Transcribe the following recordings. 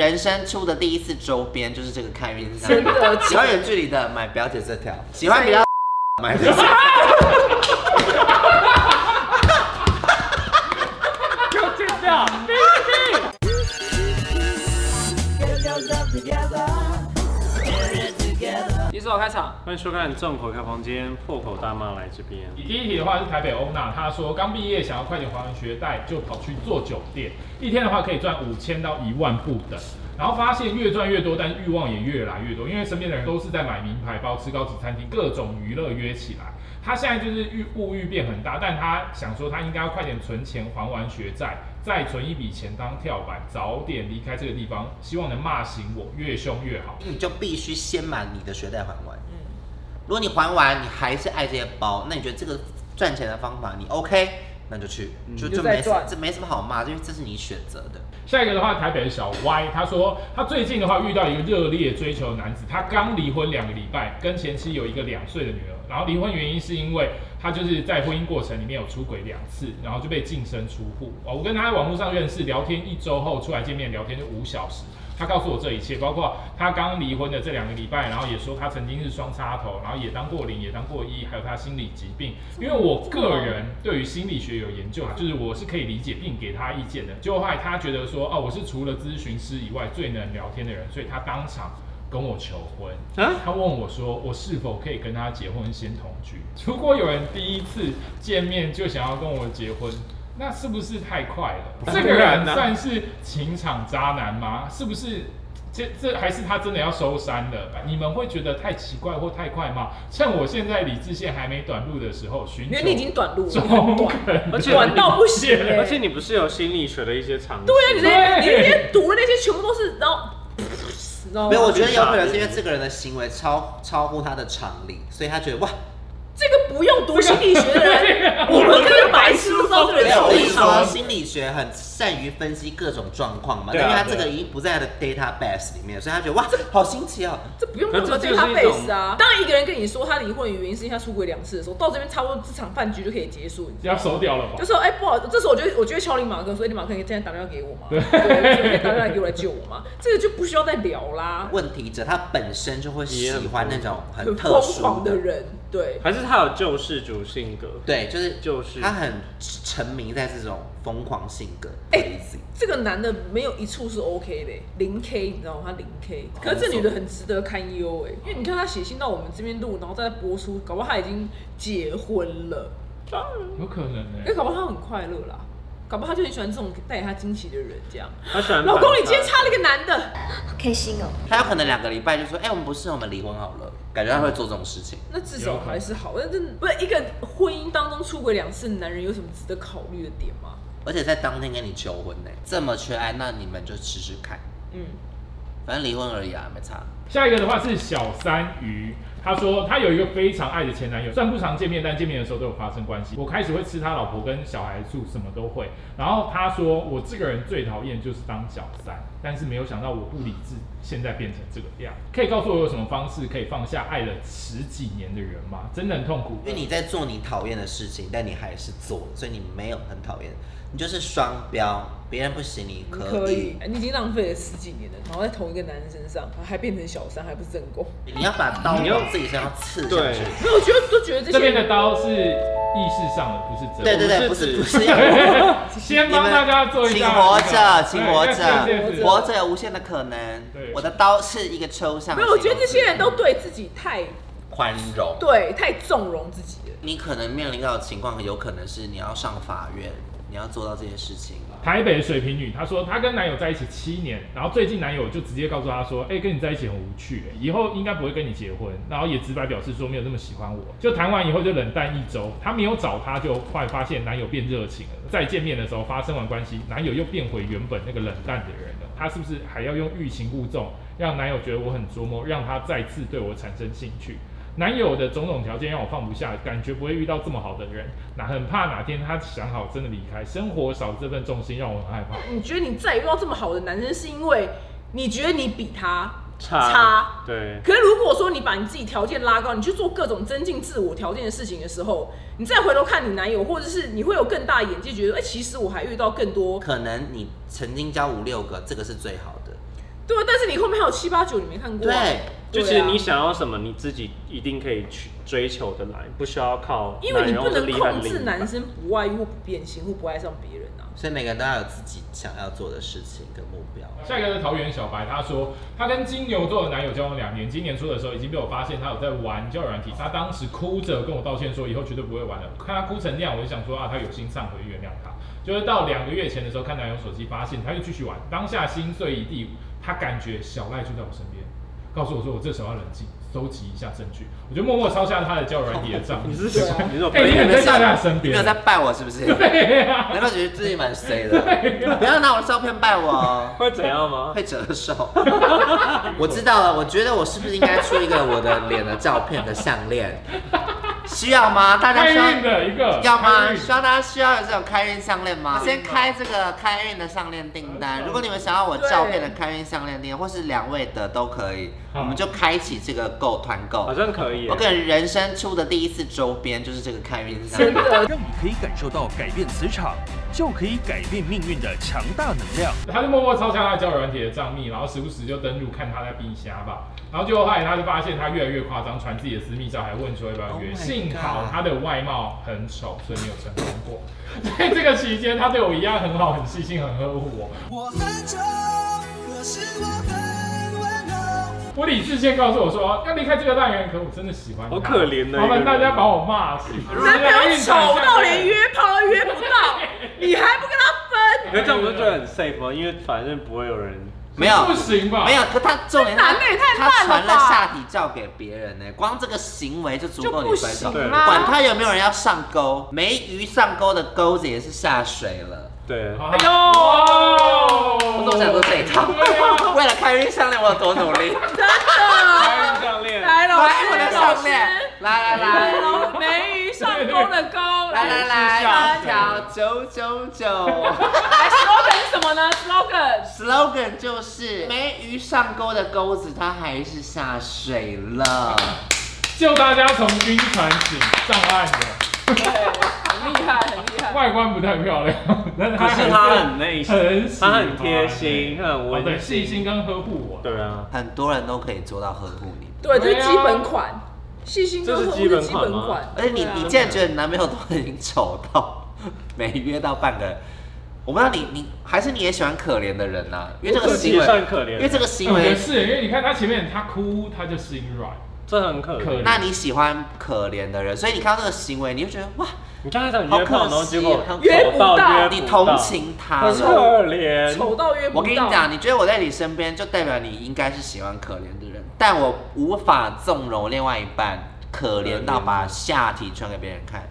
人生出的第一次周边就是这个开运三真昧，的喜欢远距离的买表姐这条，喜欢比谁较买表姐。给我剪掉。一首开场，欢迎收看《众口开房间》，破口大骂来这 边。第一题的话是台北欧娜，她说刚毕业想要快点还完学贷，就跑去做酒店，一天的话可以赚五千到一万不等。然后发现越赚越多，但欲望也越来越多，因为身边的人都是在买名牌包、吃高级餐厅、各种娱乐约起来。她现在就是欲物欲变很大，但她想说她应该要快点存钱还完学债，再存一笔钱当跳板，早点离开这个地方。希望能骂醒我，越凶越好。你就必须先把你的学贷还完。嗯如果你还完，你还是爱这些包，那你觉得这个赚钱的方法你 OK，那就去，就嗯就就再没什赚这没什么好骂，因为这是你选择的。下一个的话，台北的小 Y，他说他最近的话遇到一个热烈追求的男子，他刚离婚两个礼拜，跟前妻有一个两岁的女儿，然后离婚原因是因为他就是在婚姻过程里面有出轨两次，然后就被净身出户。哦，我跟他在网络上认识，聊天一周后出来见面，聊天就五小时。他告诉我这一切，包括他刚离婚的这两个礼拜，然后也说他曾经是双插头，然后也当过零，也当过一，还有他心理疾病。因为我个人对于心理学有研究，就是我是可以理解并给他意见的。就后来他觉得说，哦，我是除了咨询师以外最能聊天的人，所以他当场跟我求婚。啊他问我说，我是否可以跟他结婚先同居？如果有人第一次见面就想要跟我结婚，那是不是太快了？这个人算是情场渣男吗？是不是？这这还是他真的要收山了？你们会觉得太奇怪或太快吗？趁我现在理智线还没短路的时候，寻因求为你已经短路了，中短肯而且短到不行欸而且你不是有心理学的一些常识？对啊，你那你对那些读的那些全部都是，然后，你知道没有，我吗？觉得有可能是因为这个人的行为超超乎他的常理，所以他觉得哇，这个不用读心理学 的啊人，我们这个白痴都知道这个没人有，我超跟你厉说，害。心理学很善于分析各种状况嘛，对但因啊为他这个已经不在他的 database 里面，所以他觉得哇，好新奇哦。这不用可什是么这就是一 database 种啊。当一个人跟你说他离婚的原因是因为他出轨两次的时候，到这边差不多这场饭局就可以结束，你知道要吗收掉了吧就？说哎、不好，这时候我就我就会敲林马哥说，哎，林马哥，你现在打电话给我 吗？对，你可以打电话给我来救我吗？这个就不需要再聊啦，问题者他本身就会喜欢那种很特疯殊狂的的，人，对，还是他有救世主性格？对，就是就是他很沉迷在这种疯狂性格哎 crazy。这个男的没有一处是 OK 的、零 K，你知道吗？他零 K，可是这女的很值得堪忧哎、因为你看她写信到我们这边录，然后再播出，搞不好她已经结婚了，有可能欸呢、因为搞不好她很快乐啦，搞不好她就很喜欢这种带给她惊喜的人，这样。他喜欢老公，反你今天差差了一个男的，好开心哦！他有可能两个礼拜就说：“哎、我们不是，我们离婚好了。”感觉他会做这种事情。那至少还是好。但是不是一个婚姻当中出轨两次的男人有什么值得考虑的点吗？而且在当天跟你求婚呢、这么缺爱，那你们就试试看，嗯，反正离婚而已啊，没差。下一个的话是小三鱼，她说她有一个非常爱的前男友，虽然不常见面，但见面的时候都有发生关系。我开始会吃他老婆跟小孩住，什么都会。然后她说我这个人最讨厌就是当小三，但是没有想到我不理智，现在变成这个样。可以告诉我有什么方式可以放下爱了十几年的人吗？真的很痛苦。因为你在做你讨厌的事情，但你还是做了，所以你没有很讨厌，你就是双标，别人不行你可以。可以，你已经浪费了十几年了，然后在同一个男人身上，还变成小三，还不是正宫。你要把刀你要往自己身上刺下对去。没有，我觉得都觉得这这些边的刀是意识上的，不是真对的。对对，不不是是不指是要。 先帮大家做一请下活着，这请个活对着对对，对活着有无限的可能对。我的刀是一个抽象的形容词。没有，我觉得这些人都对自己太宽容。对太纵容自己了。你可能面临到的情况，有可能是你要上法院，你要做到这些事情。台北水瓶女，她说她跟男友在一起七年，然后最近男友就直接告诉她说，哎、跟你在一起很无趣、欸以后应该不会跟你结婚，然后也直白表示说没有哎那么喜欢我。就谈完以后就冷淡一周，她没有找他，就后来发现男友变热情了。再见面的时候发生完关系，男友又变回原本那个冷淡的人了。她是不是还要用欲擒故纵，让男友觉得我很琢磨，让他再次对我产生兴趣？男友的种种条件让我放不下，感觉不会遇到这么好的人，哪很怕哪天他想好真的离开，生活少了这份重心让我很害怕。你觉得你再也遇到这么好的男生，是因为你觉得你比他差，对，可是如果说你把你自己条件拉高，你去做各种增进自我条件的事情的时候，你再回头看你男友，或者是你会有更大的眼界，觉得哎、其实我还遇到更多。可能你曾经交五六个，这个是最好的，对啊，但是你后面还有七八九你没看过、啊，对就其对实啊你想要什么，你自己一定可以去追求的来，不需要靠因为男你人不或是能厉害的控制另一男半生不爱或不变心或不爱上别人啊。所以每个人都要有自己想要做的事情跟目标。下一个是桃园小白，他说他跟金牛座的男友交往两年，今年初的时候已经被我发现他有在玩交友软体，他当时哭着跟我道歉说以后绝对不会玩了。看他哭成那样，我就想说啊，他有心上回原谅他。就是到两个月前的时候，看男友手机发现他又继续玩，当下心碎一地，他感觉小赖就在我身边，告诉我说我这时候要冷静，搜集一下证据，我就默默抄下他的交友软体的账 。你是是什对啊么？你是我哎朋你友很的在大家身你没有边在，拜我是不是？ 对啊，难怪觉得自己蛮衰的，不要拿我的照片拜我哦， 会怎样吗？会折寿。 我知道了，我觉得我是不是应该出一个我的脸的照片的项链？需要吗？大家开需要运的一个，要开吗？运需要大家需要有这种开运项链吗？先开这个开运的项链订单。如果你们想要我照片的开运项链订单，或是两位的都可以，好我们就开启这个购团购好。像可以耶我。个人人生出的第一次周边就是这个开运项真链。的，让你可以感受到改变磁场，就可以改变命运的强大能量。他就默默抄下他的交友软体的账密，然后时不时就登录看他在逼瞎吧。然后就后来他就发现他越来越夸张，传自己的私密照，还问说要不要约。 Oh my 幸好 God 他的外貌很丑，所以没有成功过。 在这个期间，他对我一样很好，很细心，很呵护我。我很丑，可是我很温柔。我理智先告诉我说要离开这个单元，可我真的喜欢他。好可怜啊的一个人麻烦大家把我骂死。男朋友丑到哎连约炮都约不到，你还不跟他分？可是这样不是就很 safe 吗？因为反正不会有人。没有不行吧？没有，可他重点是这男的也太他烂了传了吧下体照给别人呢、光这个行为就足够就你不分手。行对啊！管他有没有人要上钩，没鱼上钩的钩子也是下水了。对，好。哎呦哇我总想说这一套对啊，为了开运项链，我有多努力。开来，我的来，老师，运项链，老项师，链，来来来，来。老美鱼上钩的钩，来来来，下八水条九九九来，slogan 是什么呢？slogan ，slogan 就是没鱼上钩的钩子，它还是下水了。救大家从晕船醒上岸的，对，很厉害，很厉害。外观不太漂亮， 但可他是他很内心很，喜他欢很贴心，他很哦对，温细馨。心跟呵护我。对啊，很多人都可以做到呵护你，对，这是基本款，细心跟这是呵护基本基款本吗款。而且你对啊你竟然觉得你男朋友都已经丑到 没约到半个，我不知道你你还是你也喜欢可怜的人呐、啊因为这个自己行为算可怜因为这个行我觉得为，是因为你看他前面他哭，他就心软。这很可可怜。那你喜欢可怜的人，所以你看到这个行为，你就觉得哇，你刚才讲约炮，好可惜然后结果好可惜走到约你不同到，情他很了。可怜。丑到约不到。我跟你讲，你觉得我在你身边，就代表你应该是喜欢可怜的人，但我无法纵容另外一半可怜到把下体传给别人看，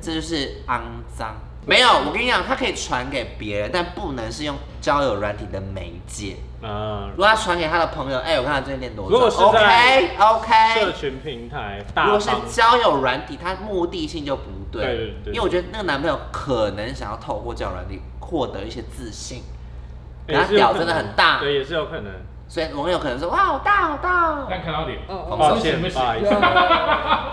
这就是肮脏。嗯没有，我跟你讲，他可以传给别人，但不能是用交友软体的媒介。嗯如，果他传给他的朋友，哎、我看他最近练多久。如果是在 OK 哎 OK，社群平台如大果是方，交友软体，它目的性就不对。对对因对为我觉得那个男朋友可能想要透过交友软体获得一些自信，也然后是有屌可真的能很大，对，也是有可能。所以网友可能说哇好大好大。 但看到脸，哦哦抱不行歉不，不行好意思对。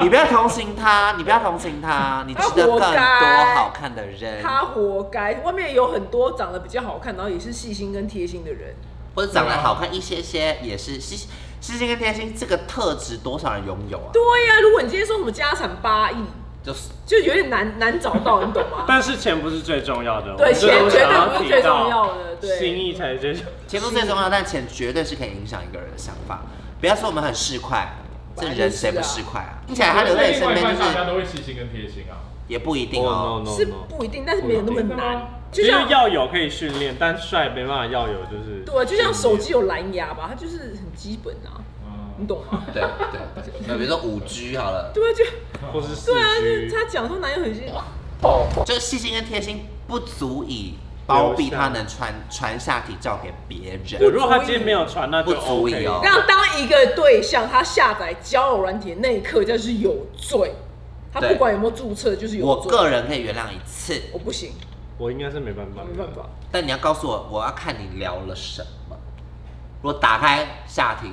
你不要同情他，你不要同情他，你值得更他活多该好看的人，他活该。外面有很多长得比较好看，然后也是细心跟贴心的人。或者长得好看一些些也是细细心跟贴心这个特质，多少人拥有啊？对呀、如果你今天说什么家产八亿，就是就有点难难找到，你懂 吗？但是钱不是最重要的，对我觉钱得我绝对想要不是提最到重要的对心意才是最重要。钱不是最重要，但钱绝对是可以影响一个人的想法。不要说我们很市侩，这本来人就是谁不啊市侩啊？听起来他留在你身另外边一就半大家是都会细心跟贴心啊。也不一定 No 哦 no。no 是 no，不一定，但是没有那么不一定难啊。就其像实要有可以训练，但帅没办法要有，就是对，啊就像手机有蓝牙吧，它就是很基本啊，你嗯，懂 吗？对对对，那比如说五 G 好了，对啊，就或是四对啊，就是 G，他讲说男友很细，这个细心跟贴心不足以包庇他能传传下体照给别对人。如果他今天没有传，那就不足以 OK 哦让当一个对象他下载交友软体的那一刻就是有罪，他对不管有没有注册就是有我罪。个人可以原谅一次，我不行，我应该是没办法，没办法。但你要告诉我，我要看你聊了什么。如果打开下体，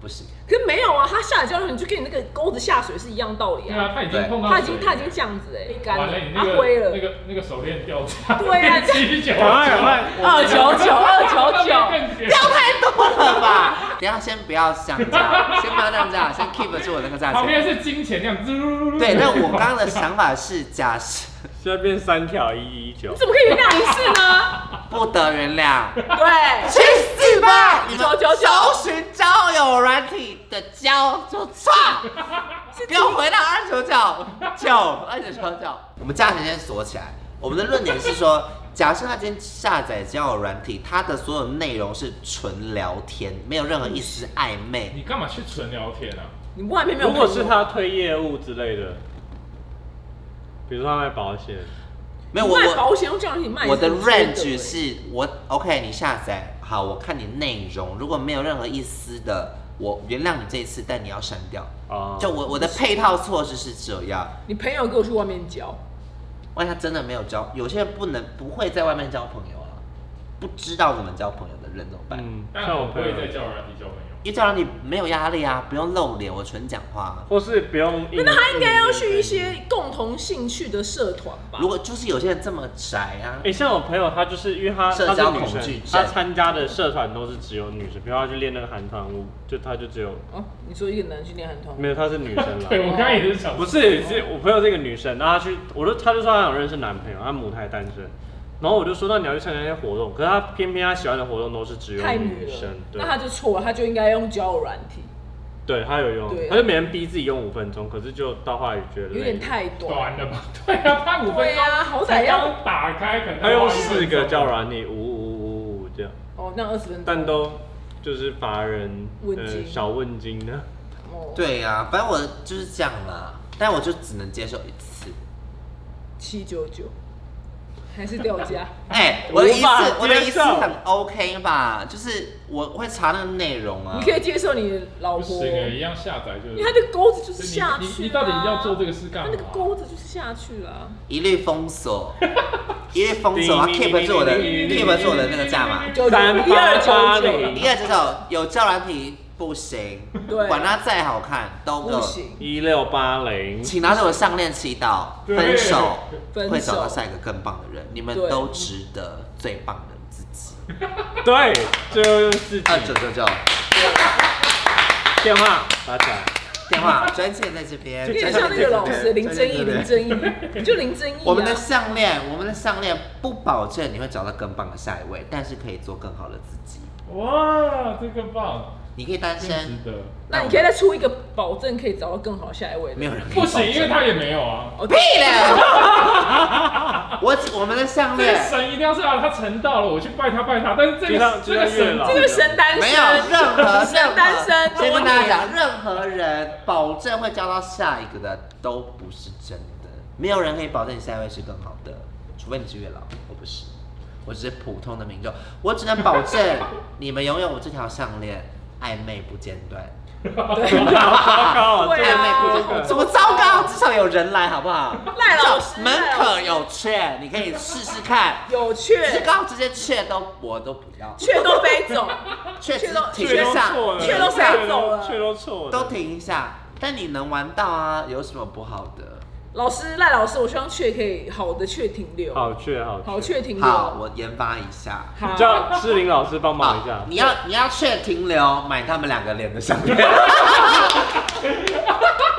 不行，可是没有啊，他下来交流，你就跟你那个钩子下水是一样道理对啊。啊，他已经碰到他已经水了他已经这样子哎、欸，干完了了，你，那他个灰了。那个那个手链掉下，对啊七九九，赶快赶快，二九九，二九那九，边更甜太多了吧？ 等一下先不要降价，先不要降价，先 keep 住我那个价旁边钱。是金钱这样，滋对，那我刚刚的想法是，假设现在变三条一一九你，怎么可以原谅一次呢？ 不得原谅，对，去死吧！你们九九九搜寻交友软体的交 就算，给我回到二九九九二九九九。我们价钱先锁起来。我们的论点是说，假设他今天下载交友软体，他的所有内容是纯聊天，没有任何一丝暧昧。你干嘛去纯聊天啊？你外面没有如看过。果是他推业务之类的，比如说他卖保险，没有我卖我保险，我叫你卖。我的你是不欸是 range 是我 OK，你下载好，我看你内容，如果没有任何一丝的，我原谅你这一次，但你要删掉。哦就我我的配套措施是这样，你朋友给我去外面交，万一他真的没有交，有些人不能不会在外面交朋友啊，不知道怎么交朋友的人怎么办？嗯，但像我我不朋会友，再交友软体交朋友。因为这样你没有压力啊，不用露脸，我纯讲话啊、或是不用那硬，他应该要去一些共同兴趣的社团吧如？果就是有些人这么宅啊哎、，像我朋友，他就是因为他社他交是女恐惧生，症他参加的社团都是只有女生，比如他去练那个韩团舞，就他就只有哦，你说一个男去练韩团舞，没有，他是女生 对，啦。我刚刚也是想，不是，是我朋友是一个女生，然后她去，我就她就说她想认识男朋友，她母胎单身，然后我就说那你要去参加一些活动，可是她偏偏她喜欢的活动都是只有太女女了生，，对那，他就错了，他就应该用交友软体，对她有用对，她就每天逼自己用五分钟，可是就到后来觉得累有点，太短。短了吧？对啊，他五分对钟，啊好歹要刚打开，可能她用四个叫软体，五五五五五这样，哦，那二十分钟，但都就是乏人问呃津小问津呢，哦，对啊，反正我就是这样啦，但我就只能接受一次。七九九，还是掉 价。哎、我的一无次法我的一接次受很 OK 吧，就是我会查那个内容啊你。可以接受你老不婆，行哎，一因样下载就是。为他的钩子就是你下去啦你你到底要做这个事干他嘛？啊那个钩子就是下去了。一律封 锁，一律封锁，我要叮叮 keep 住我的叮叮叮 keep 住我的那个价码。九九三一二八八九零九，一二九九有叫软体不行，对管它再好看都不不行。，一六八零，请拿着我项链祈祷，对分手 分手会找到下一个更棒的人，你们对都值得最棒的自己。对，就是二九九九电话打起来，电话专线在这边，有点像那个老师林正义，啊林正义，你就林正义啊。我们的项链，我们的项链不保证你会找到更棒的下一位，但是可以做更好的自己。哇，这个棒，你可以单真值身，得。嗯那你可以再出一个保证，可以找到更好下一位的。没有人可以不保行，证因为他也没有啊。哦，屁嘞！ 我我们的项这个链神一定要是要他成道了，我去拜他拜他。但是这就个像这个就像月神老这个神单身，没有任何任神何单身，先跟大家讲，任何人保证会交到下一个的都不是真的，没有人可以保证你下一位是更好的，除非你是月老，我不是，我只是普通的民 众，我只能保证你们拥有我这条项链，暧昧不间 断，糟糕，对暧啊昧这不个间断，怎么糟糕？至少有人来好不好？赖老师门赖老。可有雀，你可以试试看有至雀，高这些雀都我都不要，雀都飞走， 雀雀都停雀一都下，错了，却都飞走了却都错了，都停一下，但你能玩到啊，有什么不好的？老师赖老师，我希望雀可以好的雀停留，好却好好雀停留，好，我研发一下。好啊叫志玲老师帮 忙一下你。要你要确停留，买他们两个脸的项 链。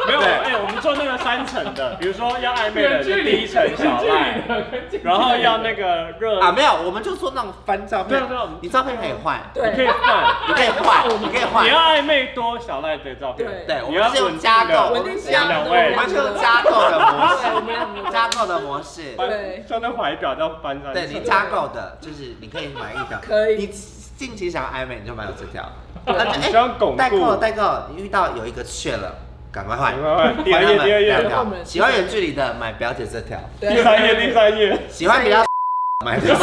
没有，哎，我们做那个三层的，比如说要暧昧远的距就离第一层小赖，跟然后要 那个热，啊，没有，我们就做那种翻照对片啊对啊我们，你照片可以换，你可以对换，你可以换，你可以换你。要暧昧多小赖的照片，对，我你要们是用加购，稳我定们是加用购啊两位我们是用加购的模 对我们两式，个加购的模式。对像那怀表叫翻三对层你，加购的，就是你可以买一条，可以你近期想要暧昧，你就买我这条。对那就你哎需要巩固代购代购，你遇到有一个缺了，赶快换，赶快换第二页换他们第二页两换条我们喜欢远距离的买表姐这条，第对，三页第三页，喜欢比 较买这条。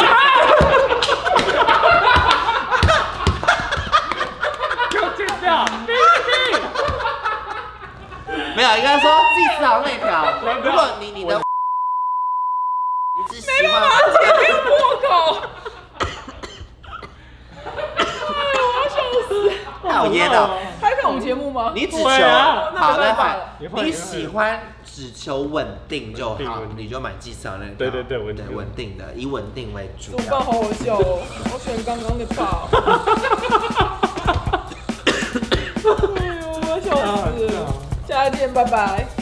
就这样，没有，应该说自己好那条。如果你你的你是喜欢，破口， 啊讨厌的，还看我们节目吗？你只不会求啊好那没再办法换了，也换你也换喜欢只求稳定就稳定好稳，定你就买机场那条。对对对稳定稳定的，以稳定为主主要。爆好好笑哦，我喜欢刚刚的爆。哎下次见，拜拜。